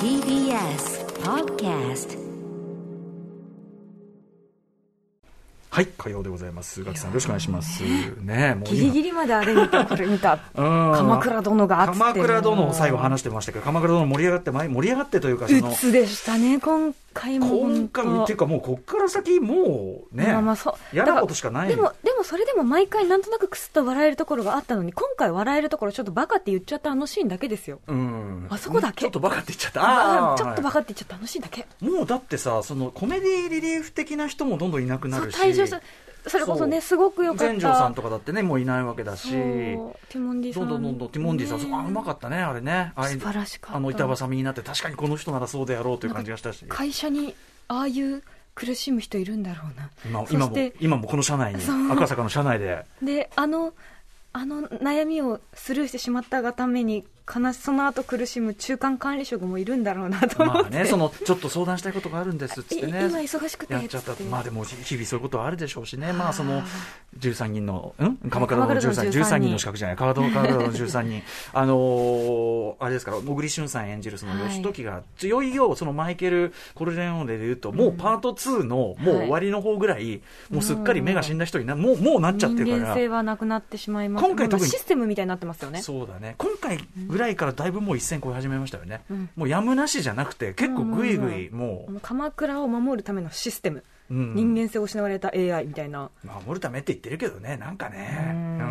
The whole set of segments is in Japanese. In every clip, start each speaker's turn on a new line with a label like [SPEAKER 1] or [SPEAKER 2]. [SPEAKER 1] TBS Podcast
[SPEAKER 2] はい、火曜でございます。垣さん、よろしくお願いします。ねえ、もう
[SPEAKER 3] ギリ
[SPEAKER 2] 今。
[SPEAKER 3] ギリまであれ見た、これ見た。
[SPEAKER 2] うん
[SPEAKER 3] 鎌倉殿があって。
[SPEAKER 2] 鎌倉殿を最後話してましたけど、鎌倉殿盛り上がって、前盛り上がってというか、その、
[SPEAKER 3] 鬱でしたね、今回も。
[SPEAKER 2] 今回、っていうかもう、こっから先、もうね、
[SPEAKER 3] まあまあそう
[SPEAKER 2] 嫌なことしかない
[SPEAKER 3] でも、でもそれでも毎回なんとなくくすっと笑えるところがあったのに、今回笑えるところちょっとバカって言っちゃったあのシーンだけですよ。
[SPEAKER 2] うん、
[SPEAKER 3] あそこだけ
[SPEAKER 2] ちょっとバカって言っちゃった。あ
[SPEAKER 3] あ
[SPEAKER 2] ー
[SPEAKER 3] あちょっとバカって言っちゃったあのシーンだけ。
[SPEAKER 2] もうだってさ、そのコメディリリーフ的な人もどんどんいなくな
[SPEAKER 3] そう、
[SPEAKER 2] るし、
[SPEAKER 3] 退場した。それこそね、すごく良かった。
[SPEAKER 2] 全城さんとかだってね、もういないわけだし
[SPEAKER 3] そう、ティモンディさ
[SPEAKER 2] どん
[SPEAKER 3] ん。
[SPEAKER 2] どんどんどん、ティモンディさん、
[SPEAKER 3] ね
[SPEAKER 2] そこあうまかったね、あれね。あれ
[SPEAKER 3] 素晴らしかった。
[SPEAKER 2] あの板挟みになって、確かにこの人ならそうであろうという感じがしたし、
[SPEAKER 3] 会社に、ああいう苦しむ人いるんだろうな。
[SPEAKER 2] 今
[SPEAKER 3] そ
[SPEAKER 2] 今
[SPEAKER 3] し
[SPEAKER 2] も
[SPEAKER 3] て、
[SPEAKER 2] 今もこの車内に
[SPEAKER 3] そう、
[SPEAKER 2] 赤坂の車内 で、
[SPEAKER 3] であのあの悩みをスルーしてしまったがために悲しその後苦しむ中間管理職もいるんだろうなと思
[SPEAKER 2] ま
[SPEAKER 3] っ
[SPEAKER 2] あ
[SPEAKER 3] て、
[SPEAKER 2] ね、そのちょっと相談したいことがあるんですっつって
[SPEAKER 3] い
[SPEAKER 2] ね。
[SPEAKER 3] 今忙しくて
[SPEAKER 2] やっちゃった
[SPEAKER 3] つて
[SPEAKER 2] まあでも日々そういうことはあるでしょうしね、
[SPEAKER 3] ー
[SPEAKER 2] まあその13人の、ん鎌倉殿の
[SPEAKER 3] 鎌倉
[SPEAKER 2] 13人、
[SPEAKER 3] 殿の13
[SPEAKER 2] 13人の資格じゃない、鎌倉殿の13人、 あのーあれですから、小栗旬さん演じるその
[SPEAKER 3] はい
[SPEAKER 2] 義時が、い、よいよそのマイケル・コルレオーネでいうと、もうパート2のもう終わりの方ぐらい、もうすっかり目が死んだ人にな、もうもうなっちゃってる
[SPEAKER 3] 人
[SPEAKER 2] から
[SPEAKER 3] 間。性はなくなってしまいます
[SPEAKER 2] 今回特に
[SPEAKER 3] もうシステムみたいになってますよね
[SPEAKER 2] そうだね今回ぐらいからだいぶもう一線越え始めましたよね、
[SPEAKER 3] うん
[SPEAKER 2] もうやむなしじゃなくて結構ぐいぐいも
[SPEAKER 3] もう鎌倉を守るためのシステム、
[SPEAKER 2] う、うん
[SPEAKER 3] 人間性を失われた AI みたいな、
[SPEAKER 2] 守るためって言ってるけどねなんかね
[SPEAKER 3] うん
[SPEAKER 2] う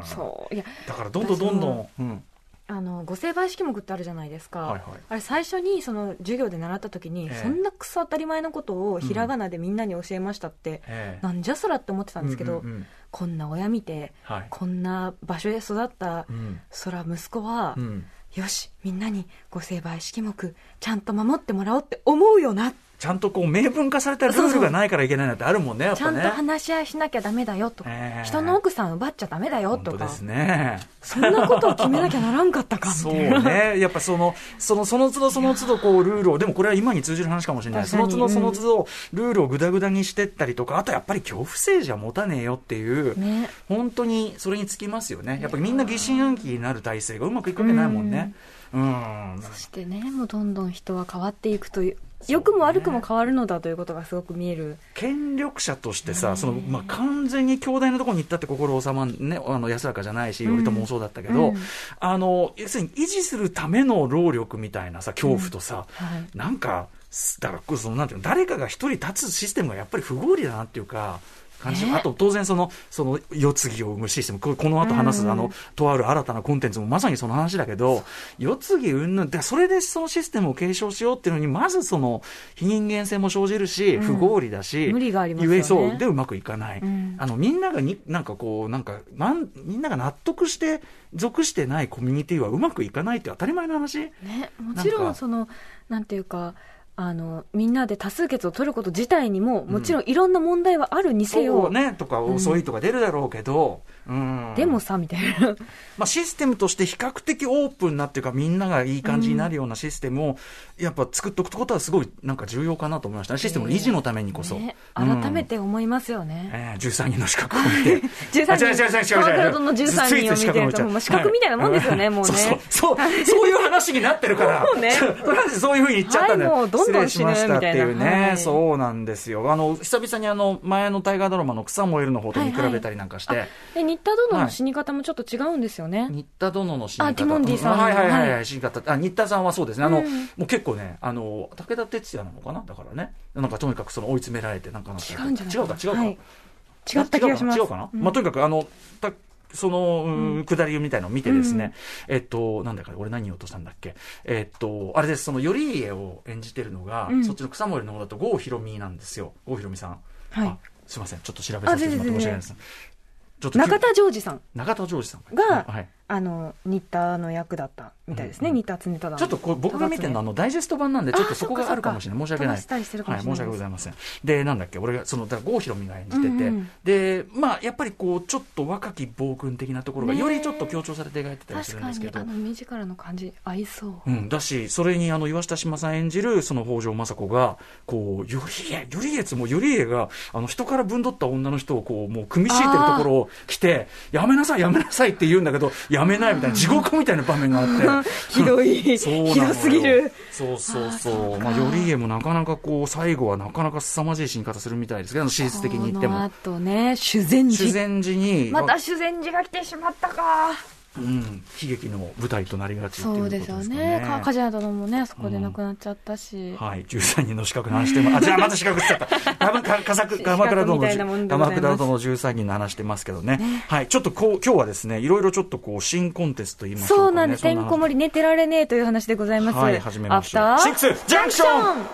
[SPEAKER 2] ん
[SPEAKER 3] そういや
[SPEAKER 2] だからどんどんどんどん、うん
[SPEAKER 3] あの御成敗式目ってあるじゃないですか、
[SPEAKER 2] はいはい
[SPEAKER 3] あれ最初にその授業で習った時に、
[SPEAKER 2] ええ
[SPEAKER 3] そんなクソ当たり前のことをひらがなでみんなに教えましたって、
[SPEAKER 2] ええ
[SPEAKER 3] なんじゃそらって思ってたんですけど、
[SPEAKER 2] うんうんうん
[SPEAKER 3] こんな親見て
[SPEAKER 2] はい、
[SPEAKER 3] こんな場所で育った、
[SPEAKER 2] うん
[SPEAKER 3] そら息子は、
[SPEAKER 2] うん
[SPEAKER 3] よしみんなにご成敗式目ちゃんと守ってもらおうって思うよな、
[SPEAKER 2] ちゃんとこう明文化されたルールがないからいけないなんてあるもんねやっ
[SPEAKER 3] ちゃ
[SPEAKER 2] ぱ
[SPEAKER 3] んと
[SPEAKER 2] ね
[SPEAKER 3] 話し合いしなきゃダメだよとか、
[SPEAKER 2] ええ
[SPEAKER 3] 人の奥さん奪っちゃダメだよ
[SPEAKER 2] 本
[SPEAKER 3] と
[SPEAKER 2] 当
[SPEAKER 3] か、
[SPEAKER 2] ですね
[SPEAKER 3] そんなことを決めなきゃならんかったか
[SPEAKER 2] そ
[SPEAKER 3] み
[SPEAKER 2] う
[SPEAKER 3] たいな。
[SPEAKER 2] ね、やっぱその、 その、その都度その都度こうルールを、でもこれは今に通じる話かもしれない。そ
[SPEAKER 3] 確
[SPEAKER 2] の都度
[SPEAKER 3] かに
[SPEAKER 2] その都度ルールをぐだぐだにしてったりとか、あとやっぱり恐怖性じゃ持たねえよっていう、
[SPEAKER 3] ね
[SPEAKER 2] 本当にそれにつきますよね。やっぱりみんな疑心暗鬼になる体制がうまくいくわけないもんね。うん。
[SPEAKER 3] そしてねもうどんどん人は変わっていくという良くも悪くも変わるのだということがすごく見える
[SPEAKER 2] 権力者としてさ、その、まあ、完全に兄弟のところに行ったって心収まんね、あの、安らかじゃないし、
[SPEAKER 3] う
[SPEAKER 2] 頼
[SPEAKER 3] ん
[SPEAKER 2] 朝もそうだったけど、
[SPEAKER 3] うん
[SPEAKER 2] あの、要するに維持するための労力みたいなさ、恐怖とさ、
[SPEAKER 3] はい
[SPEAKER 2] なんか、すだからそのなんていうの誰かが一人立つシステムがやっぱり不合理だなっていうか。感じ
[SPEAKER 3] ね
[SPEAKER 2] あと当然その、その世継ぎを生むシステム、ここの後話す、
[SPEAKER 3] うん
[SPEAKER 2] あのとある新たなコンテンツもまさにその話だけど、世継ぎ云々でそれでそのシステムを継承しようっていうのに、まずその非人間性も生じるし、
[SPEAKER 3] うん
[SPEAKER 2] 不合理だし、
[SPEAKER 3] 無理がありますよね
[SPEAKER 2] ゆえそうでうまくいかない、
[SPEAKER 3] うん
[SPEAKER 2] あのみんながになんかこうなんかなん、みんなが納得して、属してないコミュニティはうまくいかないって当たり前の話。
[SPEAKER 3] ね、も
[SPEAKER 2] か
[SPEAKER 3] ちろんそのなんていうかあのみんなで多数決を取ること自体にももちろんいろんな問題はあるにせよ、
[SPEAKER 2] そうねとか遅いとか出るだろうけど、うん
[SPEAKER 3] でも、さみたいな
[SPEAKER 2] まあ、システムとして比較的オープンなっていうかみんながいい感じになるようなシステムをやっぱ作っとくことはすごいなんか重要かなと思いましたねシステムの維持のためにこそ、
[SPEAKER 3] ね
[SPEAKER 2] うん
[SPEAKER 3] 改め、て思いますよね、
[SPEAKER 2] えー13人の資格を 見て
[SPEAKER 3] 13
[SPEAKER 2] あ違う違う違う違う違
[SPEAKER 3] 人
[SPEAKER 2] う
[SPEAKER 3] 鎌倉殿の13
[SPEAKER 2] つい
[SPEAKER 3] 人を
[SPEAKER 2] つい
[SPEAKER 3] 見てる
[SPEAKER 2] 資格
[SPEAKER 3] とも
[SPEAKER 2] の
[SPEAKER 3] う資格みたいなもんですよね、
[SPEAKER 2] は
[SPEAKER 3] もうね
[SPEAKER 2] そうそうそうそういう話になってる から
[SPEAKER 3] そうね
[SPEAKER 2] とりあえずそういうふうに言っちゃったんだよ、
[SPEAKER 3] はいもうどんどん
[SPEAKER 2] 失礼しましたっていう
[SPEAKER 3] 死ぬみたい
[SPEAKER 2] ね、
[SPEAKER 3] なはい
[SPEAKER 2] そうなんですよあの久々にあの前の大河ドラマの「草燃える」の方と見比べたりなんかして、
[SPEAKER 3] で新田殿の死に方もちょっと違うんですよね、
[SPEAKER 2] 新田殿の死に方
[SPEAKER 3] あティモンディさん
[SPEAKER 2] はいはいはい、は、
[SPEAKER 3] はい
[SPEAKER 2] 死に方あ新田さんはそうですねあの、
[SPEAKER 3] うん
[SPEAKER 2] もう結構ねあの武田鉄矢なのかなだからねなんかとにかくその追い詰められてなんかなんか
[SPEAKER 3] 違うんじゃない
[SPEAKER 2] 違うか違うか、
[SPEAKER 3] はい違った気がします
[SPEAKER 2] 違うかな違うかな
[SPEAKER 3] うん
[SPEAKER 2] まあ、とにかくあのたその、うん下りみたいのを見てですね、えっと、なんだか、俺何言おうとしたんだっけ、えっと、あれです、その、頼家を演じてるのが、
[SPEAKER 3] うん
[SPEAKER 2] そっちの草森の方だと、郷ひろみなんですよ、郷ひろみさん。
[SPEAKER 3] はい
[SPEAKER 2] あすいません、ちょっと調べさせてもらって申し訳ないです。ちょっと
[SPEAKER 3] 中田ジョージさん
[SPEAKER 2] 中田ジョージさん
[SPEAKER 3] が
[SPEAKER 2] はい、
[SPEAKER 3] あの新田の役だったみたいですね、
[SPEAKER 2] うん
[SPEAKER 3] 新田常忠の
[SPEAKER 2] ちょっとこう僕が見てるのはあのダイジェスト版なんで、ちょっと
[SPEAKER 3] あ
[SPEAKER 2] そこがあるかもしれない、申し
[SPEAKER 3] そっ
[SPEAKER 2] 訳
[SPEAKER 3] か
[SPEAKER 2] ない。
[SPEAKER 3] 飛ばしたりしてるかもしれない
[SPEAKER 2] は申し訳ございません。で、なんだっけ、俺が、その、だから郷ひろみが演じてて、
[SPEAKER 3] うんうん
[SPEAKER 2] で、まあ、やっぱりこう、ちょっと若き暴君的なところが、
[SPEAKER 3] ねえ
[SPEAKER 2] よりちょっと強調されて描いてたりする
[SPEAKER 3] 確
[SPEAKER 2] んで
[SPEAKER 3] か
[SPEAKER 2] すけ
[SPEAKER 3] に
[SPEAKER 2] ど
[SPEAKER 3] あの。目力の感じ合いそう
[SPEAKER 2] うん、だし、それにあの岩下志麻さん演じるその北条政子が、こう、頼家、頼家っつもう頼家が、あの人からぶんどった女の人をこう、もう組み敷いてるところを来て、やめなさい、やめなさいって言うんだけど、やめないみたいな、地獄みたいな場面があって、
[SPEAKER 3] 番 ひど い、
[SPEAKER 2] そうなのよ
[SPEAKER 3] ひどすぎる。
[SPEAKER 2] そうそうそう
[SPEAKER 3] あーそうか
[SPEAKER 2] まあ頼家もなかなかこう最後はなかなか凄まじい死に方するみたいですけど史実的に言って
[SPEAKER 3] この
[SPEAKER 2] も
[SPEAKER 3] 後ね、修善
[SPEAKER 2] 修
[SPEAKER 3] 寺。
[SPEAKER 2] 善寺に
[SPEAKER 3] また修善寺が来てしまったか。
[SPEAKER 2] うん、悲劇の舞台となりがちっていう
[SPEAKER 3] そ
[SPEAKER 2] こ
[SPEAKER 3] う
[SPEAKER 2] とで
[SPEAKER 3] ですす
[SPEAKER 2] か
[SPEAKER 3] よ
[SPEAKER 2] ね
[SPEAKER 3] ね。か家事などもね、そこで亡くなっちゃったし。
[SPEAKER 2] はい、13人の資格の話してます。あ、じゃあまた資格っつっちゃった。鎌倉鎌倉鎌倉殿
[SPEAKER 3] 資格みたいなも
[SPEAKER 2] の、
[SPEAKER 3] んで
[SPEAKER 2] 鎌
[SPEAKER 3] ございます
[SPEAKER 2] 倉殿の13人の話してますけどね。はい、ちょっとこう、今日はですね、いろいろちょっとこう、新コンテストと言いましょうか、ね。
[SPEAKER 3] そうなんです。てん
[SPEAKER 2] な
[SPEAKER 3] こ盛り寝てられねえという話でございます。
[SPEAKER 2] はい始めましょう
[SPEAKER 3] アフ
[SPEAKER 2] シ
[SPEAKER 3] タ
[SPEAKER 2] ッ
[SPEAKER 3] ー
[SPEAKER 2] クスジャンクション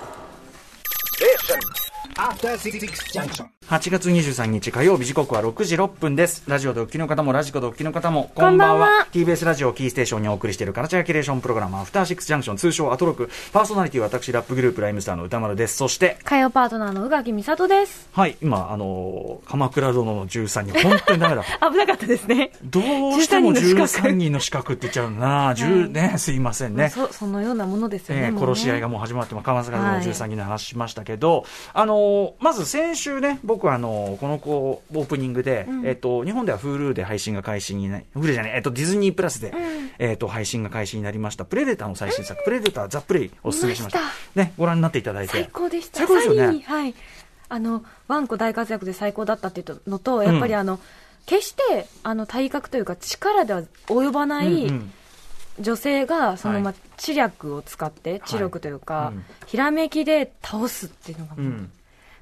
[SPEAKER 4] After Six Junction.
[SPEAKER 2] 8月23日火曜日時刻は6時6分です。ラジオでお聞きの方もラジコでお聞きの方も、こ
[SPEAKER 3] こ
[SPEAKER 2] ん
[SPEAKER 3] ん
[SPEAKER 2] ば
[SPEAKER 3] ば
[SPEAKER 2] ん
[SPEAKER 3] んは
[SPEAKER 2] は。TBS ラジオをキーステーションにお送りしているカラチャーキュレーションプログラム、アフターシックスジャンクション、通称アトロク。パーソナリティは私、ラップグループライムスターの歌丸です。そして、
[SPEAKER 3] 火曜パートナーの宇垣美里です。
[SPEAKER 2] はい、今、あのー鎌倉殿の13人、本当にダメだ。
[SPEAKER 3] 危なかったですね。
[SPEAKER 2] どうしても13
[SPEAKER 3] 13
[SPEAKER 2] 人の資格って言っちゃうな、10ね、すいませんね。
[SPEAKER 3] そそのようなものですよ
[SPEAKER 2] え
[SPEAKER 3] ね。
[SPEAKER 2] ー
[SPEAKER 3] もうね
[SPEAKER 2] 殺し合いがもう始まって、まあ、鎌坂の13人の話しましたけど、あのーまず先週ね、僕はあのーこのこうオープニングで、えっと、日本では Hulu で配信が開始になり、Hulu じゃない、えっと、ディズニープラスで、えっと、配信が開始になりました、プレデターの最新作、プレデターザ・プレイおすすめしました
[SPEAKER 3] 見ま。
[SPEAKER 2] ね、ご覧になっていただいて。
[SPEAKER 3] 最高でした。
[SPEAKER 2] 最高ですよね
[SPEAKER 3] サリーはい。あの、ワンコ大活躍で最高だったっていうのと、やっぱりあの、決して、あの、体格というか力では及ばな
[SPEAKER 2] う
[SPEAKER 3] い
[SPEAKER 2] んうん
[SPEAKER 3] 女性が、そ
[SPEAKER 2] は
[SPEAKER 3] の、
[SPEAKER 2] い
[SPEAKER 3] まあ、知略を使って、知力という
[SPEAKER 2] は
[SPEAKER 3] か
[SPEAKER 2] いうん、
[SPEAKER 3] ひらめきで倒すっていうのが
[SPEAKER 2] う、ん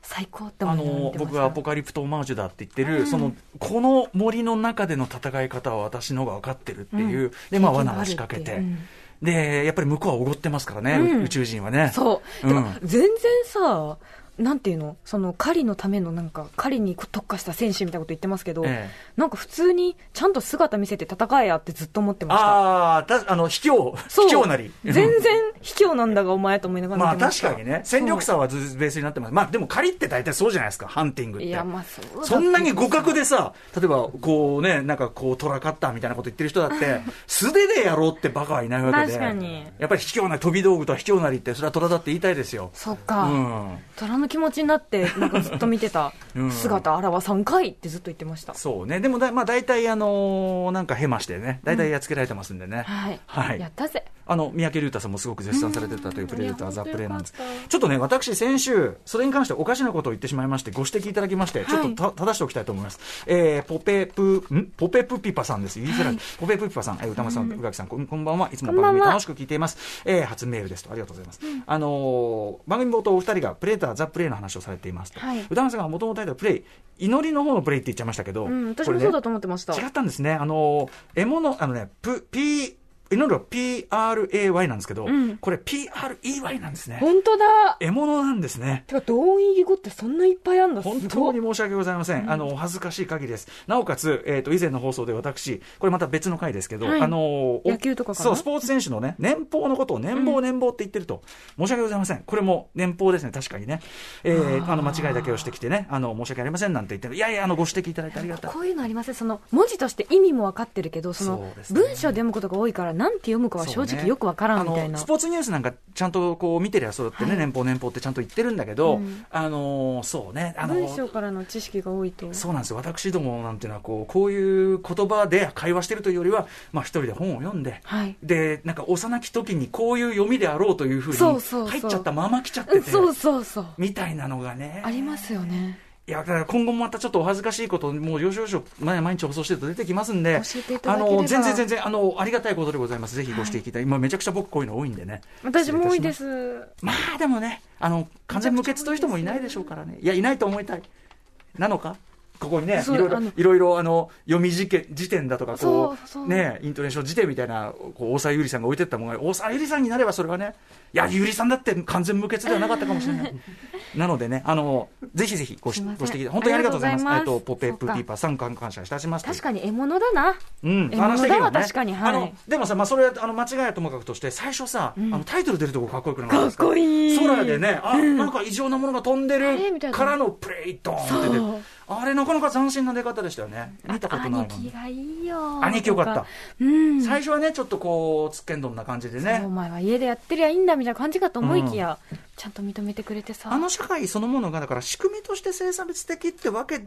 [SPEAKER 3] 最高って思
[SPEAKER 2] あ
[SPEAKER 3] いながら見
[SPEAKER 2] の
[SPEAKER 3] てまし
[SPEAKER 2] 僕
[SPEAKER 3] た
[SPEAKER 2] はアポカリプトオマージュだって言ってる、そのこの森の中での戦い方は私の方が分かってるっていう、でまあ罠を仕掛けて、
[SPEAKER 3] うん
[SPEAKER 2] でやっぱり向こうはおごってますからね、
[SPEAKER 3] うん
[SPEAKER 2] 宇宙人はね
[SPEAKER 3] そう。
[SPEAKER 2] うん
[SPEAKER 3] だから全然さ、なんていうのその、狩りのためのなんか、狩りに特化した戦士みたいなこと言ってますけど、
[SPEAKER 2] ええ
[SPEAKER 3] なんか普通に、ちゃんと姿見せて戦えやってずっと思ってました。
[SPEAKER 2] ああたあの卑怯
[SPEAKER 3] そう
[SPEAKER 2] 卑怯なり
[SPEAKER 3] 全
[SPEAKER 2] うん
[SPEAKER 3] 然卑怯なんだがお前と思いながら
[SPEAKER 2] まあ
[SPEAKER 3] 見て
[SPEAKER 2] 確
[SPEAKER 3] した
[SPEAKER 2] かにね戦力差はずベースになってますまあでも狩りって大体そうじゃないですかハンティングって
[SPEAKER 3] いやまあそうだけど
[SPEAKER 2] そんなに互角でさ例えばこうねなんかこうトラカッターみたいなこと言ってる人だって 素手でやろうってバカはいないわけで
[SPEAKER 3] 確かに
[SPEAKER 2] やっぱり卑怯な飛び道具とは卑怯なりってそれは虎だって言いたいですよ
[SPEAKER 3] そっか、
[SPEAKER 2] うん
[SPEAKER 3] 虎の気持ちになってなんかずっと見てた
[SPEAKER 2] うん
[SPEAKER 3] 姿表さんかいってずっと言ってました、
[SPEAKER 2] そうねでもだ、まあ、大体あのーなんかヘマしてね大体やっつけられてますんでね、
[SPEAKER 3] はい、
[SPEAKER 2] はい
[SPEAKER 3] やったぜ
[SPEAKER 2] あの三宅竜太さんもすごく絶賛されてたというプレデター、
[SPEAKER 3] うん
[SPEAKER 2] ザ・プレイなんです
[SPEAKER 3] いや本当よかっ、た
[SPEAKER 2] ちょっとね、私、先週、それに関しておかしなことを言ってしまいまして、ご指摘いただきまして、ちょっとた正しておきたいと思います、えーポペプ、んポペプピパさんです、言いづらい、ポペプピパさん、えー歌丸さん、宇垣さんこん、こんばんはいつも
[SPEAKER 3] こんば
[SPEAKER 2] 番
[SPEAKER 3] ん
[SPEAKER 2] 組
[SPEAKER 3] は
[SPEAKER 2] 楽しく聞いています、えー初メールですと、ありがとうございます、あのー番組冒頭、お二人がプレデター、ザ・プレイの話をされていますと、
[SPEAKER 3] はい
[SPEAKER 2] 歌丸さんがもともとタイトル、プレイ、祈りの方のプレイって言っちゃいましたけど、
[SPEAKER 3] うん私
[SPEAKER 2] これ
[SPEAKER 3] も
[SPEAKER 2] ね
[SPEAKER 3] そうだと思ってました、
[SPEAKER 2] 違ったんですね。あの、獲物、あのね、プ、P、祈るは PRAY なんですけど、
[SPEAKER 3] うん
[SPEAKER 2] これ PREY なんですね。
[SPEAKER 3] 本当だ
[SPEAKER 2] 獲物なんですね。
[SPEAKER 3] てか同音異義語ってそんないっぱいあんだ
[SPEAKER 2] 本
[SPEAKER 3] す
[SPEAKER 2] 当
[SPEAKER 3] ごい
[SPEAKER 2] に申し訳ございません。あの、お恥ずかしい限りです。なおかつ、えっ、と、以前の放送で私、これまた別の回ですけど、
[SPEAKER 3] はい
[SPEAKER 2] あの、お
[SPEAKER 3] 野球とかかな
[SPEAKER 2] そう、スポーツ選手のね、年俸のことを年俸年俸って言ってると、申し訳ございません。これも年俸ですね、確かにね。えーあの、間違いだけをしてきてね、あの、申し訳ありませんなんて言って、いやいや、あの、ご指摘いただいてありがたい。
[SPEAKER 3] こういうのありませんその文字として意味も分かってるけどそ
[SPEAKER 2] そ
[SPEAKER 3] の
[SPEAKER 2] うですね
[SPEAKER 3] 文章で読むことが多いからなんて読むかは正
[SPEAKER 2] そう
[SPEAKER 3] 直
[SPEAKER 2] ね
[SPEAKER 3] よく分からんみたい
[SPEAKER 2] あの
[SPEAKER 3] な、
[SPEAKER 2] スポーツニュースなんかちゃんとこう見てりゃそうだってね、年俸年俸ってちゃんと言ってるんだけど、
[SPEAKER 3] うん
[SPEAKER 2] あのそうねあの
[SPEAKER 3] 文章からの知識が多いと
[SPEAKER 2] そうなんですよ私どもなんていうのはこうこういう言葉で会話してるというよりは、まあ、一人で本を読んで、
[SPEAKER 3] はい
[SPEAKER 2] でなんか幼き時にこういう読みであろうというふう
[SPEAKER 3] そ
[SPEAKER 2] に
[SPEAKER 3] うそうそ
[SPEAKER 2] 入
[SPEAKER 3] う
[SPEAKER 2] っちゃったまま来ちゃって
[SPEAKER 3] うん
[SPEAKER 2] て
[SPEAKER 3] そうそうそう
[SPEAKER 2] みたいなのがね
[SPEAKER 3] ありますよね
[SPEAKER 2] いやだから今後もまたちょっとお恥ずかしいこともうよしよしよ毎毎日放送してると出てきますんで
[SPEAKER 3] 教えていた
[SPEAKER 2] あ
[SPEAKER 3] だければ
[SPEAKER 2] の全然全然あのありがたいことでございますぜひご指摘いただき、今めちゃくちゃ僕こういうの多いんでね
[SPEAKER 3] 私も多いですす
[SPEAKER 2] まあでもね、あの完全無欠という人もいないでしょうからね、いや、いないと思いたい、なのか、ここにね、い
[SPEAKER 3] そう
[SPEAKER 2] ろいろ
[SPEAKER 3] あの
[SPEAKER 2] いろいろあの読み事件辞典だとかこう
[SPEAKER 3] そうそう
[SPEAKER 2] ね、イントネーション辞典みたいな、こう大沢ゆりさんが置いてったものが、大沢ゆりさんになればそれはね、いや、ゆりさんだって完全無欠ではなかったかもしれ ない。なのでね、あのぜひぜひごし
[SPEAKER 3] すい
[SPEAKER 2] ご
[SPEAKER 3] ません
[SPEAKER 2] 指摘、本当にありがとうございます。
[SPEAKER 3] あ
[SPEAKER 2] えっ
[SPEAKER 3] りがと
[SPEAKER 2] と
[SPEAKER 3] う
[SPEAKER 2] ポ
[SPEAKER 3] ござい
[SPEAKER 2] ペ
[SPEAKER 3] ます
[SPEAKER 2] プピーパーさん感謝いたします。
[SPEAKER 3] 確かに獲物だな
[SPEAKER 2] うん、
[SPEAKER 3] 獲物だわ
[SPEAKER 2] ね
[SPEAKER 3] 確かにはい
[SPEAKER 2] あのでもさ、まあ、それはあの間違いはともかくとして最初さ、あのタイトル出るとこかっこよくなかったです
[SPEAKER 3] かっこいい
[SPEAKER 2] 空でねあ、なんか異常なものが飛んで
[SPEAKER 3] あれみた
[SPEAKER 2] る
[SPEAKER 3] いな
[SPEAKER 2] からのプレイドーンって出てあれなかなか斬新な出方でしたよね見たことないもん
[SPEAKER 3] 兄貴がいいよ
[SPEAKER 2] 兄貴よかった
[SPEAKER 3] とうん
[SPEAKER 2] 最初はねちょっとこうつっけんどんな感じでね
[SPEAKER 3] お前は家でやってりゃいいんだみたいな感じかと思いきや、ちゃんと認めてくれてさ
[SPEAKER 2] あの社会そのものがだから仕組みとして性差別的ってわけ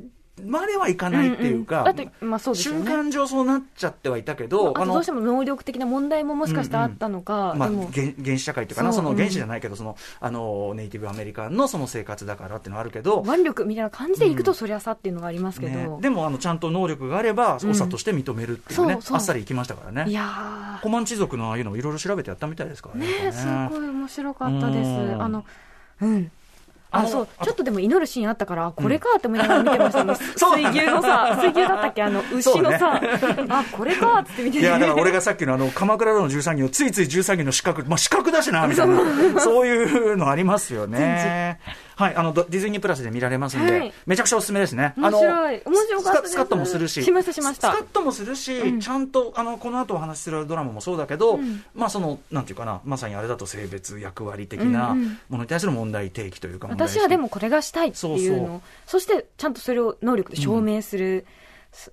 [SPEAKER 2] まではいかないっていうか、
[SPEAKER 3] うんうんだってまあそうですよね
[SPEAKER 2] 瞬間上そうなっちゃってはいたけど、
[SPEAKER 3] あとどうしても能力的な問題ももしかしたらあったのか、
[SPEAKER 2] まあ、原
[SPEAKER 3] でも、
[SPEAKER 2] 原始社会というかな、
[SPEAKER 3] そ
[SPEAKER 2] そうの
[SPEAKER 3] うん
[SPEAKER 2] 原始じゃないけど、そのあのネイティブアメリカンのその生活だからっていうのはあるけど、
[SPEAKER 3] 腕力みたいな感じでいくと、そりゃさっていうのがありますけど、
[SPEAKER 2] ねでもあのちゃんと能力があれば、
[SPEAKER 3] うん
[SPEAKER 2] 長として認めるっていうね、
[SPEAKER 3] そうそう
[SPEAKER 2] あっさりいきましたから
[SPEAKER 3] い
[SPEAKER 2] ね、
[SPEAKER 3] や
[SPEAKER 2] コマンチ族のああいうのをいろいろ調べてやったみたいですから
[SPEAKER 3] ー、ね
[SPEAKER 2] ね。
[SPEAKER 3] え、すごい面白かったです。
[SPEAKER 2] うん
[SPEAKER 3] あの、うん。
[SPEAKER 2] あ
[SPEAKER 3] あ
[SPEAKER 2] の
[SPEAKER 3] そう
[SPEAKER 2] あと
[SPEAKER 3] ちょっとでも祈るシーンあったから、あこれかって思いながら見てましたね、
[SPEAKER 2] そう
[SPEAKER 3] 水
[SPEAKER 2] だね
[SPEAKER 3] 牛のさ、水牛だったっけ、あの牛のさ、あこれかって見て
[SPEAKER 2] い
[SPEAKER 3] て、
[SPEAKER 2] やだから俺がさっきのあの鎌倉殿の13人をついつい13人の資格、まあ、資格だしなみたいな、そういうのありますよね、はい、あのドディズニープラスで見られますんで、
[SPEAKER 3] はい
[SPEAKER 2] めちゃくちゃおすすめですね、
[SPEAKER 3] 面白い
[SPEAKER 2] あの
[SPEAKER 3] 面白かったです
[SPEAKER 2] スカスカッともするし、
[SPEAKER 3] しましたしました
[SPEAKER 2] スカッともするし、
[SPEAKER 3] ん
[SPEAKER 2] ちゃんとあのこの後お話しするドラマもそうだけど、
[SPEAKER 3] うん
[SPEAKER 2] まあ、そのなんていうかな、まさにあれだと性別、役割的な
[SPEAKER 3] うんうん
[SPEAKER 2] ものに対する問題提起というか、問題意
[SPEAKER 3] 私
[SPEAKER 2] 識
[SPEAKER 3] はでもこれがしたいっていうの
[SPEAKER 2] そう
[SPEAKER 3] そしてちゃんとそれを能力で証明するす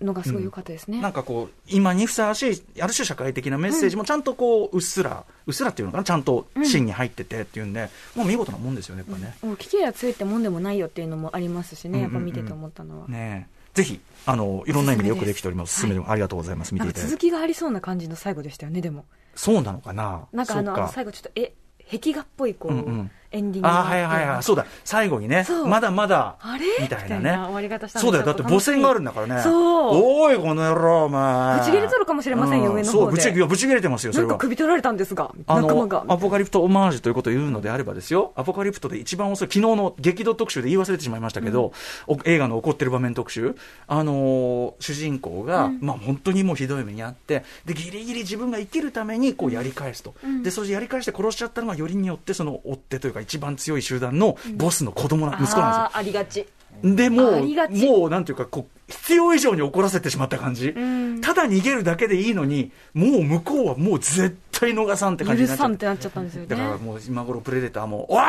[SPEAKER 3] のがすごい良かったですね、
[SPEAKER 2] なんかこう、今にふさわしい、ある種社会的なメッセージもちゃんとこう、うっすら、うっすらっていうのかな、ちゃんと芯に入っててっていうんで、もう見事なもんですよね、やっぱね。
[SPEAKER 3] もう聞きや強いってもんでもないよっていうのもありますしね、
[SPEAKER 2] うんうんうん
[SPEAKER 3] やっぱ見てて思ったのは、
[SPEAKER 2] ねえぜひ、あの、いろんな意味でよくできております。おすすめでもありがとうございます。見
[SPEAKER 3] な
[SPEAKER 2] て
[SPEAKER 3] ん
[SPEAKER 2] い
[SPEAKER 3] か
[SPEAKER 2] ただい
[SPEAKER 3] 続
[SPEAKER 2] て。
[SPEAKER 3] きがありそうな感じの最後でしたよねでも
[SPEAKER 2] そうなのかな
[SPEAKER 3] なんかあの
[SPEAKER 2] そう
[SPEAKER 3] あの最後ちょっとえ壁画っぽいこう、
[SPEAKER 2] うんうん
[SPEAKER 3] エンディングが
[SPEAKER 2] あ
[SPEAKER 3] あ
[SPEAKER 2] あ、
[SPEAKER 3] っ
[SPEAKER 2] は
[SPEAKER 3] て
[SPEAKER 2] いはいはい。そうだ、最後にね
[SPEAKER 3] そ、う
[SPEAKER 2] まだまだ、
[SPEAKER 3] あれ
[SPEAKER 2] みたいな
[SPEAKER 3] みたいな
[SPEAKER 2] ね。
[SPEAKER 3] 終わり方したんで
[SPEAKER 2] そうだよ、だって母船があるん
[SPEAKER 3] だ
[SPEAKER 2] だからね。
[SPEAKER 3] そう
[SPEAKER 2] おい、この野郎、お前。
[SPEAKER 3] ぶち切れとるかもしれませんよ
[SPEAKER 2] う
[SPEAKER 3] 上の方で
[SPEAKER 2] そう、ぶち切れいやぶち切れてますよ、そ
[SPEAKER 3] な
[SPEAKER 2] れ
[SPEAKER 3] んか
[SPEAKER 2] は。
[SPEAKER 3] 首取られたんですが
[SPEAKER 2] あ
[SPEAKER 3] 仲間
[SPEAKER 2] の
[SPEAKER 3] が
[SPEAKER 2] アポカリプトオマージュということを言うのであればですよ、アポカリプトで一番遅い、昨日の激怒特集で言い忘れてしまいましたけど、お映画の怒ってる場面特集、あのー主人公が、まあ、本当にもうひどい目にあって、でギリギリ自分が生きるためにこうやり返すと、でそれでやり返して殺しちゃったのが、よりによって、その追っ手というか、一番強い集団のボスの子供な、息子なんですよ
[SPEAKER 3] あ。ーありがち
[SPEAKER 2] で
[SPEAKER 3] あ
[SPEAKER 2] もう、
[SPEAKER 3] りがち
[SPEAKER 2] もうなんていうかこう、必要以上に怒らせてしまった感じ、
[SPEAKER 3] ん
[SPEAKER 2] ただ逃げるだけでいいのに、もう向こうはもう絶対逃さんって感じ
[SPEAKER 3] 許
[SPEAKER 2] になっちゃ
[SPEAKER 3] さ
[SPEAKER 2] っ
[SPEAKER 3] んっててなっちゃったんですよね
[SPEAKER 2] だからもう今頃プレデターも、おい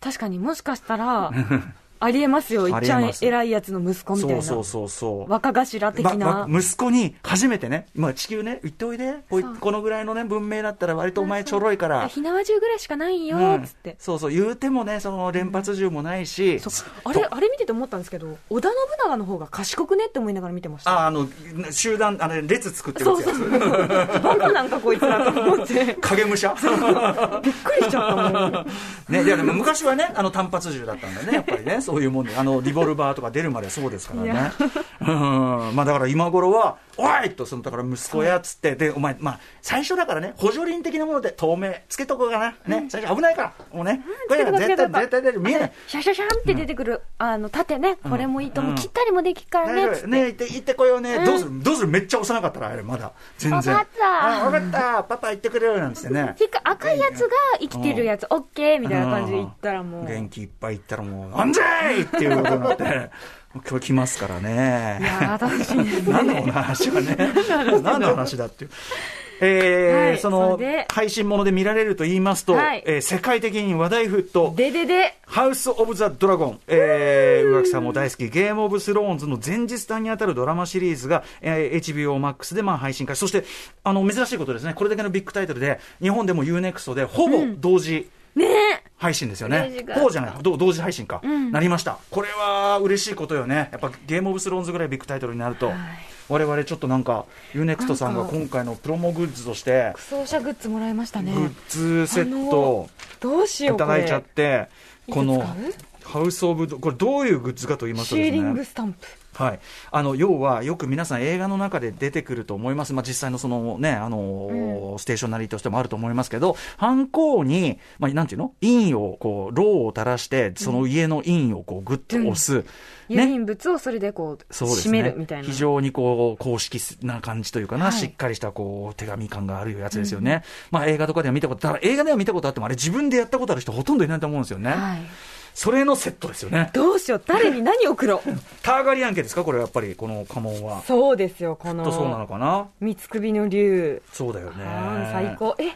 [SPEAKER 3] 確かにもしかしたらありえますよ
[SPEAKER 2] あり
[SPEAKER 3] 一
[SPEAKER 2] え
[SPEAKER 3] 番
[SPEAKER 2] ます
[SPEAKER 3] 偉いやつの息子みたい
[SPEAKER 2] そ
[SPEAKER 3] な
[SPEAKER 2] うそうそうそう。
[SPEAKER 3] 若頭的な、
[SPEAKER 2] わわ息子に初めてね、まあ、地球ね、行っておいで、こい
[SPEAKER 3] そう
[SPEAKER 2] このぐらいのね、文明だったら、割とお前ちょろいか
[SPEAKER 3] いや
[SPEAKER 2] ら、
[SPEAKER 3] 火縄銃ぐらいしかないよ
[SPEAKER 2] うん
[SPEAKER 3] っつって、
[SPEAKER 2] そうそう、言うてもね、その連発銃もないし、
[SPEAKER 3] そあれあれ見てて思ったんですけど織田信長の方が賢くねって思いながら見てました
[SPEAKER 2] ああの集団、あの列作ってる
[SPEAKER 3] そ
[SPEAKER 2] や
[SPEAKER 3] う
[SPEAKER 2] つ
[SPEAKER 3] そ
[SPEAKER 2] や
[SPEAKER 3] うそうバカなんかこいつらと思ってびっ
[SPEAKER 2] 影武者
[SPEAKER 3] くりしちゃったもん
[SPEAKER 2] ね、ででも昔はね、あの単発銃だったんだね、やっぱりね、そういうもんで、あのリボルバーとか出るまでそうですから
[SPEAKER 3] い
[SPEAKER 2] ね
[SPEAKER 3] や、
[SPEAKER 2] うんまあ、だから今頃は、おいと、そのだから息子やっつって、でお前、まあ、最初だからね、補助輪的なもので透明、つけとこうかな、ね、最初危ないから、もうね、これ
[SPEAKER 3] つけとこう
[SPEAKER 2] 絶対、
[SPEAKER 3] つけとこう
[SPEAKER 2] 絶対出る、見えない。
[SPEAKER 3] シャシャシャンって出てくる、あの盾ねこれもいいと思う、
[SPEAKER 2] うん
[SPEAKER 3] 切ったりもできるから
[SPEAKER 2] 大
[SPEAKER 3] ね
[SPEAKER 2] 丈
[SPEAKER 3] っつっ
[SPEAKER 2] 夫
[SPEAKER 3] て、
[SPEAKER 2] ね行って行ってこようね、
[SPEAKER 3] うん
[SPEAKER 2] どうするどうするめっちゃ幼かったらあれまだ全然
[SPEAKER 3] わかった
[SPEAKER 2] あ分かったパパ行ってくれるなんつってね
[SPEAKER 3] ひっか赤いやつが生きてるやつ、オッケーみたいな感じで言ったらもう、
[SPEAKER 2] 元気いっぱいいったらもう、なんじゃいっていうことになって、今日来ますからね。
[SPEAKER 3] いやー楽しみです ね
[SPEAKER 2] 何の話はね。何の話だっていう。えー
[SPEAKER 3] はい
[SPEAKER 2] そ
[SPEAKER 3] そ
[SPEAKER 2] の
[SPEAKER 3] れで
[SPEAKER 2] 配信もので見られると言いますと、
[SPEAKER 3] はい
[SPEAKER 2] えー世界的に話題沸騰、
[SPEAKER 3] ででで
[SPEAKER 2] ハウス・オブ・ザ・ドラゴン、えー、宇垣さんも大好き、ゲーム・オブ・スローンズの前日談にあたるドラマシリーズが、えー HBO Max でまあ配信開始、そしてあの珍しいことですね、これだけのビッグタイトルで、日本でも UNEXT でほぼ同時配信ですよね、
[SPEAKER 3] 嬉しかった
[SPEAKER 2] ほぼじゃない、どう同時配信か、なりました、これは嬉しいことよね、やっぱゲーム・オブ・スローンズぐらいビッグタイトルになると、我々ちょっとなんか、UNEXT さんが今回のプロモグッズとして、
[SPEAKER 3] 装者グッズもらいました
[SPEAKER 2] グ
[SPEAKER 3] ね
[SPEAKER 2] ッズセットを。
[SPEAKER 3] どうしよ
[SPEAKER 2] いうた
[SPEAKER 3] こ
[SPEAKER 2] だ
[SPEAKER 3] れ
[SPEAKER 2] いちゃって、
[SPEAKER 3] れ
[SPEAKER 2] この
[SPEAKER 3] いつ使
[SPEAKER 2] ハウス・オブ・ドこれ、どういうグッズかと言いますと
[SPEAKER 3] シ
[SPEAKER 2] で
[SPEAKER 3] ー
[SPEAKER 2] す
[SPEAKER 3] リング
[SPEAKER 2] ね、
[SPEAKER 3] スタンプ
[SPEAKER 2] はい、あの要はよく皆さん、映画の中で出てくると思います、まあ、実際のその、ねあのーステーショナリーとしてもあると思いますけど、ハンコに、まあ、なんていうの、印をこう、ローを垂らして、その家の印をこうグッと押す。
[SPEAKER 3] 郵便物をそれでこう
[SPEAKER 2] そうです
[SPEAKER 3] 締
[SPEAKER 2] ね、
[SPEAKER 3] めるみたいな、
[SPEAKER 2] 非常にこう公式な感じというかな、
[SPEAKER 3] はい
[SPEAKER 2] しっかりしたこう手紙感があるやつですよね、まあ、映画とかでは見たこと、だから映画では見たことあっても、あれ、自分でやったことある人、ほとんどいないと思うんですよね、
[SPEAKER 3] はい、
[SPEAKER 2] それのセットですよね、
[SPEAKER 3] どうしよう誰に何を送ろう
[SPEAKER 2] ターガリアン家ですか、これやっぱり、この家紋は。
[SPEAKER 3] そうですよこ
[SPEAKER 2] とそうなの
[SPEAKER 3] の
[SPEAKER 2] かな、
[SPEAKER 3] 三つ首の竜
[SPEAKER 2] そうだよね
[SPEAKER 3] あー、最高え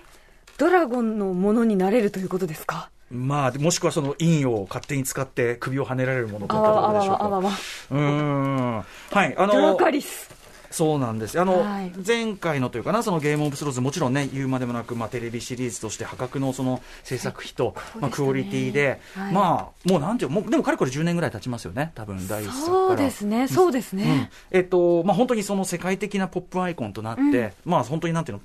[SPEAKER 3] ドラゴンのものになれるということですか
[SPEAKER 2] まあ、もしくはその印を勝手に使って首をはねられるものと
[SPEAKER 3] あ
[SPEAKER 2] か
[SPEAKER 3] わわ
[SPEAKER 2] どう
[SPEAKER 3] あ
[SPEAKER 2] で
[SPEAKER 3] わ
[SPEAKER 2] しょう
[SPEAKER 3] わあわ
[SPEAKER 2] か。
[SPEAKER 3] わ
[SPEAKER 2] うーんはい、あ
[SPEAKER 3] ドラ
[SPEAKER 2] の
[SPEAKER 3] カリス
[SPEAKER 2] そうなんですあの、
[SPEAKER 3] はい
[SPEAKER 2] 前回のというかなそのゲームオブスローズもちろんね言うまでもなく、まあ、テレビシリーズとして破格のその制作費と、
[SPEAKER 3] 構
[SPEAKER 2] まあ、
[SPEAKER 3] でした
[SPEAKER 2] ク
[SPEAKER 3] ね
[SPEAKER 2] オリティで、
[SPEAKER 3] はい
[SPEAKER 2] まあもうなんていうもうでもかれこれ10年ぐらい経ちますよね多分第一作から
[SPEAKER 3] そうですね、そうです
[SPEAKER 2] うん
[SPEAKER 3] ね。
[SPEAKER 2] えっとまあ、本当にその世界的なポップアイコンとなって、
[SPEAKER 3] うん
[SPEAKER 2] まあ、本当になんていうの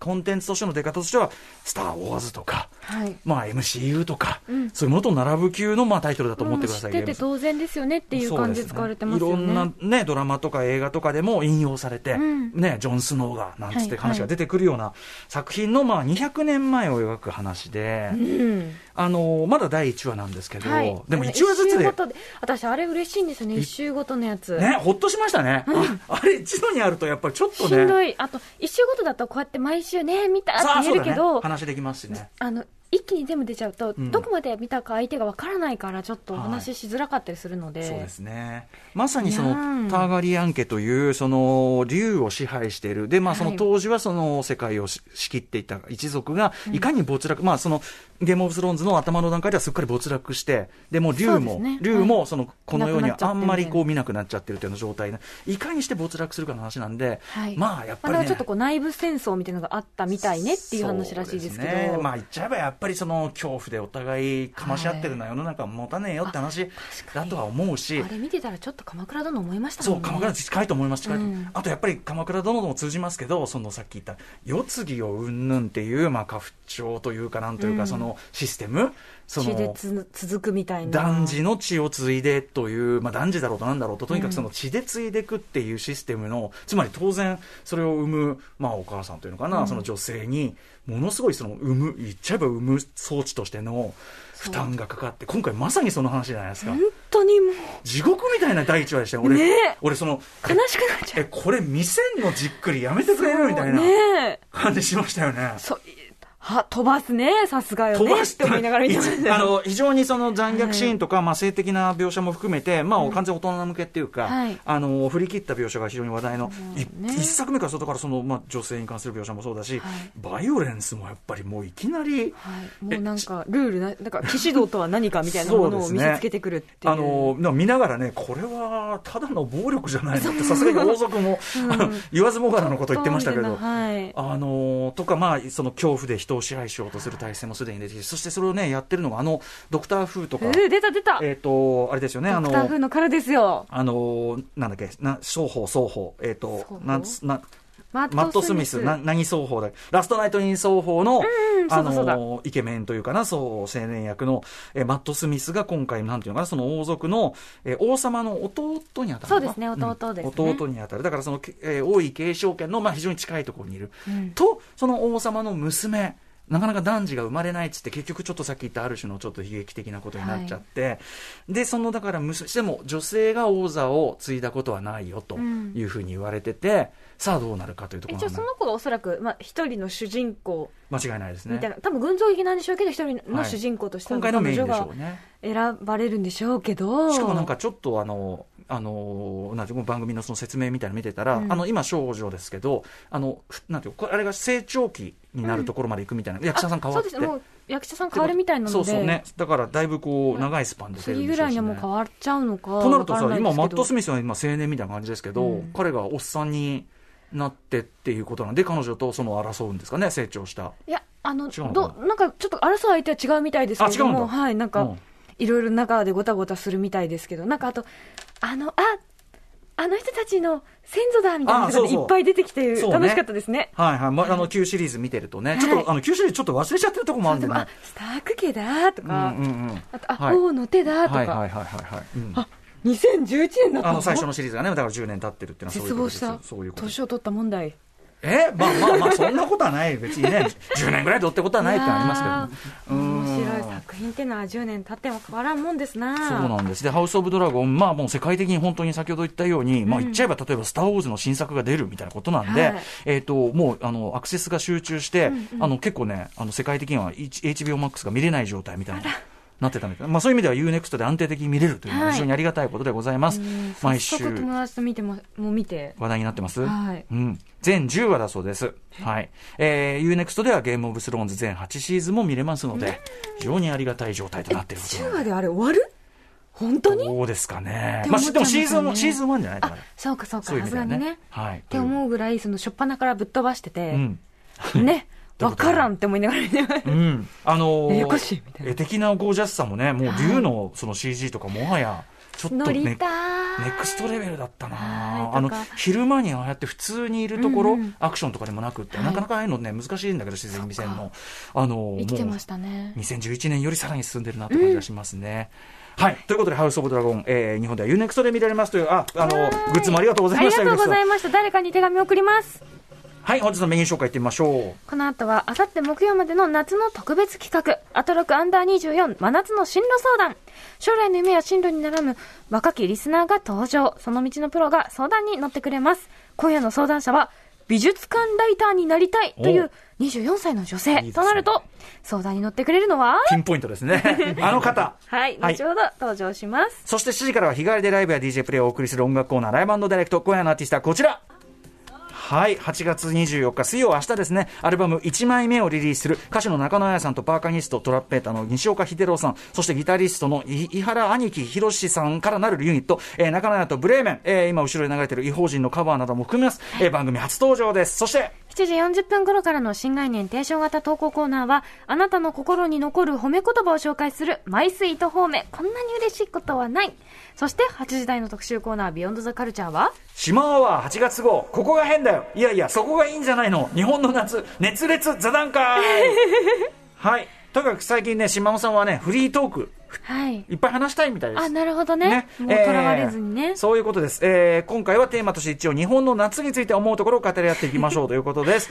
[SPEAKER 2] コンテンツとしての出方としては「スター・ウォーズ」とか、
[SPEAKER 3] はい。
[SPEAKER 2] まあ、MCU とか、
[SPEAKER 3] うん
[SPEAKER 2] そういうものと並ぶ級の、まあ、タイトルだと思ってくだ
[SPEAKER 3] 知
[SPEAKER 2] さ
[SPEAKER 3] っ
[SPEAKER 2] い、
[SPEAKER 3] て
[SPEAKER 2] ゲーム
[SPEAKER 3] て
[SPEAKER 2] さん
[SPEAKER 3] 当然ですよねっていう感じで使われてますよ
[SPEAKER 2] そ
[SPEAKER 3] ね。
[SPEAKER 2] うですねいろんな、ね、ドラマとか映画とかでも引用されて、
[SPEAKER 3] うん
[SPEAKER 2] ね、ジョン・スノーがなんつって
[SPEAKER 3] はいは
[SPEAKER 2] 話
[SPEAKER 3] い
[SPEAKER 2] が出てくるような作品の、まあ、200年前を描く話で、
[SPEAKER 3] うん
[SPEAKER 2] あのまだ第1話なんですけど、
[SPEAKER 3] はい、
[SPEAKER 2] でも1話ずつ
[SPEAKER 3] 一周
[SPEAKER 2] で
[SPEAKER 3] ごと私、あれ嬉しいんですよね、
[SPEAKER 2] い
[SPEAKER 3] 一周ごとのやつ、
[SPEAKER 2] ね、ほっとしましたね、ああれ一度にあるとやっぱりちょっと
[SPEAKER 3] しんど
[SPEAKER 2] ね
[SPEAKER 3] い、あと一周ごとだと、こうやって毎週ね、見た
[SPEAKER 2] さあ
[SPEAKER 3] って言える
[SPEAKER 2] そ
[SPEAKER 3] け
[SPEAKER 2] うだね
[SPEAKER 3] ど、
[SPEAKER 2] 話できますしね
[SPEAKER 3] あの一気に全部出ちゃうと、
[SPEAKER 2] うん
[SPEAKER 3] どこまで見たか相手がわからないから、ちょっとお話ししづらかったりするので、
[SPEAKER 2] そうですねまさにその
[SPEAKER 3] いやー
[SPEAKER 2] ターガリアン家というその竜を支配しているでまあその
[SPEAKER 3] はい
[SPEAKER 2] 当時はその世界をし仕切っていた一族がいかに没落、まあそのゲームオブスローンズの頭の段階ではすっかり没落してでもう
[SPEAKER 3] そ
[SPEAKER 2] 竜
[SPEAKER 3] うです
[SPEAKER 2] も、
[SPEAKER 3] ね
[SPEAKER 2] 竜もそのこの世に
[SPEAKER 3] なくなっちゃっ
[SPEAKER 2] あ
[SPEAKER 3] て
[SPEAKER 2] ん
[SPEAKER 3] る
[SPEAKER 2] まりこう見なくなっちゃってるというような状態でいかにして没落するかの話なんで、
[SPEAKER 3] はい
[SPEAKER 2] まあやっぱ
[SPEAKER 3] まあ
[SPEAKER 2] りね、
[SPEAKER 3] だからちょっとこう内部戦争みたいなのがあったみたいねっていう話らしいですけど、
[SPEAKER 2] そうねまあ言っちゃえばやっぱりその恐怖でお互いかまし合ってるのは世の中持たねえよって話だとは思うし、
[SPEAKER 3] あれ見てたら、ちょっと鎌倉殿思いました
[SPEAKER 2] そ
[SPEAKER 3] もん
[SPEAKER 2] う
[SPEAKER 3] ね。
[SPEAKER 2] 鎌倉近いと思います近いと思う
[SPEAKER 3] うん
[SPEAKER 2] あとやっぱり鎌倉殿とも通じますけどそのさっき言った世継ぎをうんぬんっていう、まあ、家父長というかなんというか、
[SPEAKER 3] うん
[SPEAKER 2] そのシステムそ
[SPEAKER 3] 血で
[SPEAKER 2] の
[SPEAKER 3] つ続くみたいな
[SPEAKER 2] 男児の血を継いでという、まあ、男児だろうとなんだろうととにか
[SPEAKER 3] う
[SPEAKER 2] く
[SPEAKER 3] ん
[SPEAKER 2] その血で継いでいくっていうシステムのつまり当然それを生む、まあ、お母さんというのかな、
[SPEAKER 3] うん
[SPEAKER 2] その女性にものすごいその産む言っちゃえば産む装置としての負担がかかって今回まさにその話じゃないですか
[SPEAKER 3] 本当にもう
[SPEAKER 2] 地獄みたいな第一話でしたよ俺,、
[SPEAKER 3] ねえ
[SPEAKER 2] 俺その
[SPEAKER 3] 悲しくなっちゃ
[SPEAKER 2] え
[SPEAKER 3] う
[SPEAKER 2] これ見せんのじっくりやめてくれるみたいな
[SPEAKER 3] ねえ
[SPEAKER 2] 感じしましたよね。
[SPEAKER 3] そうは飛ばすねさすがよね
[SPEAKER 2] 飛ばして
[SPEAKER 3] って思いながら見てました
[SPEAKER 2] あの非常にその残虐シーンとか、まあ、性的な描写も含めて、まあ、完全大人向けっていうか、
[SPEAKER 3] はい
[SPEAKER 2] あの振り切った描写が非常に話題の、い
[SPEAKER 3] ね
[SPEAKER 2] 一作目から外からその、まあ、女性に関する描写もそうだし、バイオレンスもやっぱりもういきなり。
[SPEAKER 3] はい、もうなんかルールななんか騎士道とは何かみたいなもの
[SPEAKER 2] そう
[SPEAKER 3] を
[SPEAKER 2] で
[SPEAKER 3] 見
[SPEAKER 2] すね
[SPEAKER 3] せつけてくるっていう
[SPEAKER 2] あのでも見ながらね、これはただの暴力じゃないのって、さすがに王族も、 言わずもがなのこと言ってましたけど、
[SPEAKER 3] はい、
[SPEAKER 2] あのーとか、まあ、その恐怖で人を支配しようとする体制もすでに出てきて、そしてそれをね、やってるのが、あの、ドクター・フーと
[SPEAKER 3] う
[SPEAKER 2] か、
[SPEAKER 3] ー出た出た、
[SPEAKER 2] えっ、と、あれですよね、あ
[SPEAKER 3] ド
[SPEAKER 2] の
[SPEAKER 3] クター風のからですよ
[SPEAKER 2] あのーなんだっけ、な、双方、双方、えっ、と
[SPEAKER 3] 双、方
[SPEAKER 2] なんつ、な、
[SPEAKER 3] マ
[SPEAKER 2] マット・スミス、な何双方だラストナイト・イン双方の、
[SPEAKER 3] ん
[SPEAKER 2] あ
[SPEAKER 3] そうだ
[SPEAKER 2] のーイケメンというかな、そう、青年役の、えーマット・スミスが今回、なんていうのかな、その王族の、えー王様の弟にあたるのか
[SPEAKER 3] そうですね
[SPEAKER 2] ん
[SPEAKER 3] 弟ですね
[SPEAKER 2] 弟にあたる。だから、その、けえー王位継承権の、まあ、非常に近いところにいる。
[SPEAKER 3] うん
[SPEAKER 2] と、その王様の娘。なかなか男児が生まれないっつって結局ちょっとさっき言ったある種のちょっと悲劇的なことになっちゃって、でそのだから娘しても女性が王座を継いだことはないよと
[SPEAKER 3] うん
[SPEAKER 2] いうふうに言われてて、さあどうなるかというとこ
[SPEAKER 3] え
[SPEAKER 2] ろ
[SPEAKER 3] じゃ
[SPEAKER 2] な
[SPEAKER 3] あ
[SPEAKER 2] ん
[SPEAKER 3] そ
[SPEAKER 2] だ
[SPEAKER 3] の子がおそらく、まあ、一人の主人公
[SPEAKER 2] 間違いないです
[SPEAKER 3] み
[SPEAKER 2] ね
[SPEAKER 3] たいな、多分群像劇なんでしょうけど一人の主人公として
[SPEAKER 2] 今回のメインでし
[SPEAKER 3] 彼女
[SPEAKER 2] ょ
[SPEAKER 3] が
[SPEAKER 2] うね
[SPEAKER 3] 選ばれるんでしょうけど
[SPEAKER 2] しかもなんかちょっとあの、あのなんていうの番組のその説明みたいなの見てたら、
[SPEAKER 3] うん
[SPEAKER 2] あの今、少女ですけど、あのふなんていうのこれあれが成長期になるところまで行くみたいな、役者さん変わって
[SPEAKER 3] あそうですもう役者さん変わるみたいなので
[SPEAKER 2] そうそうねだからだいぶこう長いスパンで出るんで
[SPEAKER 3] 次ぐ
[SPEAKER 2] しょ
[SPEAKER 3] ら
[SPEAKER 2] う
[SPEAKER 3] い
[SPEAKER 2] し、
[SPEAKER 3] に
[SPEAKER 2] ね、
[SPEAKER 3] はもう変わっちゃうのか
[SPEAKER 2] となるとさ
[SPEAKER 3] わから
[SPEAKER 2] 今
[SPEAKER 3] ないですけど
[SPEAKER 2] マット・スミスは今青年みたいな感じですけど、
[SPEAKER 3] うん
[SPEAKER 2] 彼がおっさんになってっていうことなんで彼女とその争うんですかね成長した
[SPEAKER 3] いやあの
[SPEAKER 2] 違うの
[SPEAKER 3] どなんかちょっと争う相手は違うみたいですけれど
[SPEAKER 2] あ違う
[SPEAKER 3] も
[SPEAKER 2] んだ
[SPEAKER 3] はいなん
[SPEAKER 2] う
[SPEAKER 3] か
[SPEAKER 2] ん
[SPEAKER 3] いろいろ中でごたごたするみたいですけどなんかあとあのああの人たちの先祖だみたいな
[SPEAKER 2] あ
[SPEAKER 3] の
[SPEAKER 2] そ
[SPEAKER 3] が
[SPEAKER 2] う
[SPEAKER 3] ね
[SPEAKER 2] そう
[SPEAKER 3] いっぱい出てきて
[SPEAKER 2] そうね
[SPEAKER 3] 楽しかったですね
[SPEAKER 2] はいはい、まあの Q シリーズ見てるとね、
[SPEAKER 3] はい
[SPEAKER 2] ちょっとあの Q シリーズちょっと忘れちゃってるとこもあるん
[SPEAKER 3] で
[SPEAKER 2] で
[SPEAKER 3] も
[SPEAKER 2] ね
[SPEAKER 3] あスターク家だとか
[SPEAKER 2] うんうんうん
[SPEAKER 3] あとあ
[SPEAKER 2] はい
[SPEAKER 3] 王の手だと
[SPEAKER 2] はいはいはい
[SPEAKER 3] か
[SPEAKER 2] はいはい、うん
[SPEAKER 3] 2011年だった
[SPEAKER 2] あの最初のシリーズがねだから10年経ってるっていうのはそういう
[SPEAKER 3] 絶
[SPEAKER 2] こと
[SPEAKER 3] 望
[SPEAKER 2] で
[SPEAKER 3] し
[SPEAKER 2] すよ
[SPEAKER 3] た
[SPEAKER 2] そういうこと
[SPEAKER 3] 年を取った問題
[SPEAKER 2] えまあまあまあそんなことはない別にね10年ぐらいどうってことはないってありますけどね、うん
[SPEAKER 3] 面白い作品ってのは10年経っても変わらんもんですな
[SPEAKER 2] そうなんです。で、ハウス・オブ・ドラゴン、まあもう世界的に本当に先ほど言ったように、まあ言っちゃえば例えばスター・ウォーズの新作が出るみたいなことなんで、
[SPEAKER 3] はい
[SPEAKER 2] えっ、と、もうあの、アクセスが集中して、あの、結構ね、あの、世界的には H- HBO Max が見れない状態みたいな。なってたみたいな。まあそういう意味では UNEXT で安定的に見れるというのは
[SPEAKER 3] はい
[SPEAKER 2] 非常にありがたいことでございます。
[SPEAKER 3] うん
[SPEAKER 2] 毎週
[SPEAKER 3] 早速友達と見てももう見て
[SPEAKER 2] 話題になってます。
[SPEAKER 3] はい
[SPEAKER 2] うん。全10話だそうです。はい。えー、UNEXT ではゲームオブスローンズ全8シーズンも見れますので、非常にありがたい状態となっていることなんです
[SPEAKER 3] 10話であれ終わる本当に
[SPEAKER 2] どうですかね
[SPEAKER 3] って。
[SPEAKER 2] ま
[SPEAKER 3] 思
[SPEAKER 2] あ、
[SPEAKER 3] っちゃい
[SPEAKER 2] でも
[SPEAKER 3] ます
[SPEAKER 2] シ
[SPEAKER 3] よね
[SPEAKER 2] ーズンも、シーズン1じゃないから。
[SPEAKER 3] そうかそうか
[SPEAKER 2] そういう意
[SPEAKER 3] さ
[SPEAKER 2] 味だ
[SPEAKER 3] すが
[SPEAKER 2] よ
[SPEAKER 3] に
[SPEAKER 2] ね
[SPEAKER 3] ね、
[SPEAKER 2] はい
[SPEAKER 3] って思うぐらいその初っ端からぶっ飛ばしてて、
[SPEAKER 2] うん。
[SPEAKER 3] ね
[SPEAKER 2] どうい
[SPEAKER 3] わ
[SPEAKER 2] うことだ
[SPEAKER 3] からんって思いながら見てました
[SPEAKER 2] うん。あのー
[SPEAKER 3] ややこしいみたいな
[SPEAKER 2] 絵的なゴージャスさもね、もう
[SPEAKER 3] はい
[SPEAKER 2] 竜のその CG とかもはや、ちょっと
[SPEAKER 3] 乗
[SPEAKER 2] ね
[SPEAKER 3] りたーい
[SPEAKER 2] ネクストレベルだったな
[SPEAKER 3] は
[SPEAKER 2] あ
[SPEAKER 3] い
[SPEAKER 2] あの
[SPEAKER 3] とか
[SPEAKER 2] 昼間にああやって普通にいるところ、
[SPEAKER 3] うんうん
[SPEAKER 2] アクションとかでもなくって、
[SPEAKER 3] はい
[SPEAKER 2] なかなかああいうのね難しいんだけど自然に見せるのあの
[SPEAKER 3] 生きて
[SPEAKER 2] もう
[SPEAKER 3] ましたね
[SPEAKER 2] 2011年よりさらに進んでるなって感じがしますね、はいということで「ハウス・オブ・ドラゴン」えー日本では UNEXT で見られますというああのグッズもありがとうござい
[SPEAKER 3] あ
[SPEAKER 2] ま
[SPEAKER 3] り
[SPEAKER 2] した
[SPEAKER 3] がとうござ
[SPEAKER 2] ユーネクス
[SPEAKER 3] いました誰かに手紙を送ります
[SPEAKER 2] トはい本日のメニュー紹介いってみましょ
[SPEAKER 3] この後はあさって木曜までの夏の特別企画アトロクアンダー24真夏の進路相談将来の夢や進路に並む若きリスナーが登場その道のプロが相談に乗ってくれます今夜の相談者は美術館ライターになりたいという24歳の女性
[SPEAKER 2] いいですね
[SPEAKER 3] となると相談に乗ってくれるのは
[SPEAKER 2] うピンポイントです ねあの方
[SPEAKER 3] はい、
[SPEAKER 2] はい
[SPEAKER 3] 後ほど登場します
[SPEAKER 2] そして7時からは日帰りでライブや DJ プレイをお送りする音楽コーナーライブダイレクト今夜のアーティストはこちらはい8月24日水曜明日ですねアルバム1枚目をリリースする歌手の中野彩さんとパーカニストトラッペーターの西岡秀郎さんそしてギタリストのい井原兄貴博さんからなるユニット、えー中野彩とブレーメン、えー今後ろに流れている異邦人のカバーなども含めます、えー番組初登場ですそして
[SPEAKER 3] 7時40分頃からの新概念提唱型投稿コーナーは、あなたの心に残る褒め言葉を紹介する、マイスイート褒め、こんなに嬉しいことはない。そして、8時台の特集コーナー、ビヨンドザカルチャーは、
[SPEAKER 2] 島アワー8月号ここが変だよいやいやそこがいいんじゃないの日本の夏熱烈座談 会はいとにかく最近ね島尾さんはねフリートーク
[SPEAKER 3] はい。
[SPEAKER 2] いっぱい話したいみたいです
[SPEAKER 3] あ、なるほどね。もう
[SPEAKER 2] えー
[SPEAKER 3] とらわれずにね。
[SPEAKER 2] そういうことです、えー今回はテーマとして一応日本の夏について思うところを語り合っていきましょうということ です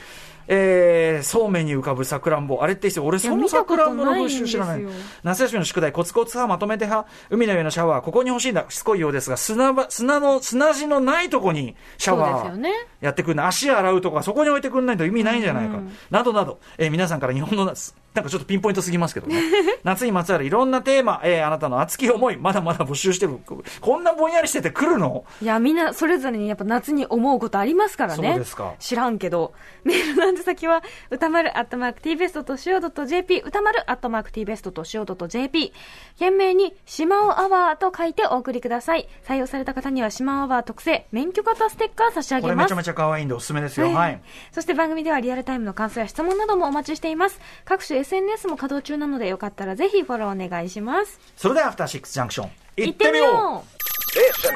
[SPEAKER 2] えーそうめんに浮かぶさくらんぼあれってして俺その
[SPEAKER 3] 見
[SPEAKER 2] さ
[SPEAKER 3] た
[SPEAKER 2] く
[SPEAKER 3] こ
[SPEAKER 2] ら
[SPEAKER 3] と
[SPEAKER 2] んぼの
[SPEAKER 3] ない
[SPEAKER 2] 文
[SPEAKER 3] んですよ
[SPEAKER 2] 集知らない夏休みの宿題コツコツ派まとめて派海の上のシャワーここに欲しいんだしつこいようですが砂場砂の砂地のないとこにシャ
[SPEAKER 3] そうで
[SPEAKER 2] ワ
[SPEAKER 3] す
[SPEAKER 2] ー
[SPEAKER 3] よね。
[SPEAKER 2] やってくんない足洗うとかそこに置いてくんないと意味ないんじゃないか、
[SPEAKER 3] うん
[SPEAKER 2] などなど、えー皆さんから日本の夏なんかちょっとピンポイントすぎますけど ね夏にまつわるいろんなテーマ、えーあなたの熱き思いまだまだ募集してるここんなぼんやりしてて来るの
[SPEAKER 3] いや、みんな、それぞれにやっぱ夏に思うことありますからね。
[SPEAKER 2] そうですか
[SPEAKER 3] 知らんけど。メールの宛先は、歌丸、アットマーク tbest.co.jp、歌丸、アットマーク tbest.co.jp。懸命に、しまおアワーと書いてお送りください。採用された方には、しまおアワー特製、免許型ステッカー差し上
[SPEAKER 2] こ
[SPEAKER 3] げ
[SPEAKER 2] れめ
[SPEAKER 3] ま
[SPEAKER 2] ち
[SPEAKER 3] す
[SPEAKER 2] ゃ。めちゃ可愛いんでおすすめですよはい、
[SPEAKER 3] そして番組ではリアルタイムの感想や質問などもお待ちしています。各種 SNS も稼働中なので、よかったらぜひフォローお願いします。
[SPEAKER 2] それではアフターシックスジャンクション行
[SPEAKER 3] 行
[SPEAKER 2] っ
[SPEAKER 3] ってて
[SPEAKER 2] み
[SPEAKER 3] み
[SPEAKER 2] よう
[SPEAKER 3] よう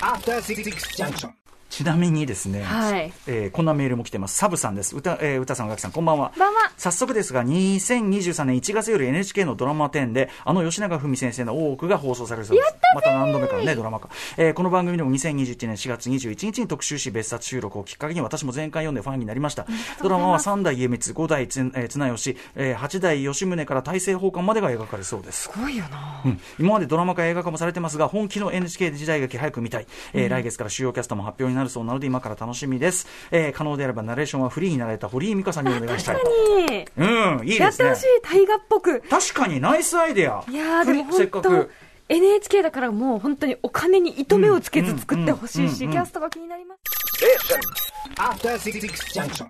[SPEAKER 4] After Six Junction.
[SPEAKER 2] ちなみにですね、
[SPEAKER 3] はい
[SPEAKER 2] えーこんなメールも来てますサブさんです歌,、えー歌さんがきさんこんばんは
[SPEAKER 3] こんばんは
[SPEAKER 2] 早速ですが2023年1月より NHK のドラマ10であの吉永文先生の大奥が放送されるそうですまた何度目かのねドラマか、えーこの番組でも2021年4月21日に特集し別冊収録をきっかけに私も全巻読んでファンになりましたドラマは3代家光5代つ、えー綱吉、え8代吉宗から大政奉還までが描かれそうです
[SPEAKER 3] すごいよな
[SPEAKER 2] うん今までドラマ化や映画化もされてますが本気の NHK 時代劇早く見たい、えー来月から主要キャストも発表になるそうなので今から楽しみです、えー可能であればナレーションはフリーになられた堀井美香さんにお願いしたい
[SPEAKER 3] に
[SPEAKER 2] うんいい
[SPEAKER 3] や
[SPEAKER 2] で
[SPEAKER 3] っ
[SPEAKER 2] す
[SPEAKER 3] て
[SPEAKER 2] ね
[SPEAKER 3] ほしい、大河っぽく。
[SPEAKER 2] 確かにナイスアイデア
[SPEAKER 3] いやーでも
[SPEAKER 2] フリせっか
[SPEAKER 3] 本当
[SPEAKER 2] く
[SPEAKER 3] NHK だからもう本当にお金に糸目をつけず作ってほし
[SPEAKER 2] うんう
[SPEAKER 3] いし、
[SPEAKER 2] んうんうん
[SPEAKER 3] キャストが気になります。
[SPEAKER 4] After Six Junction.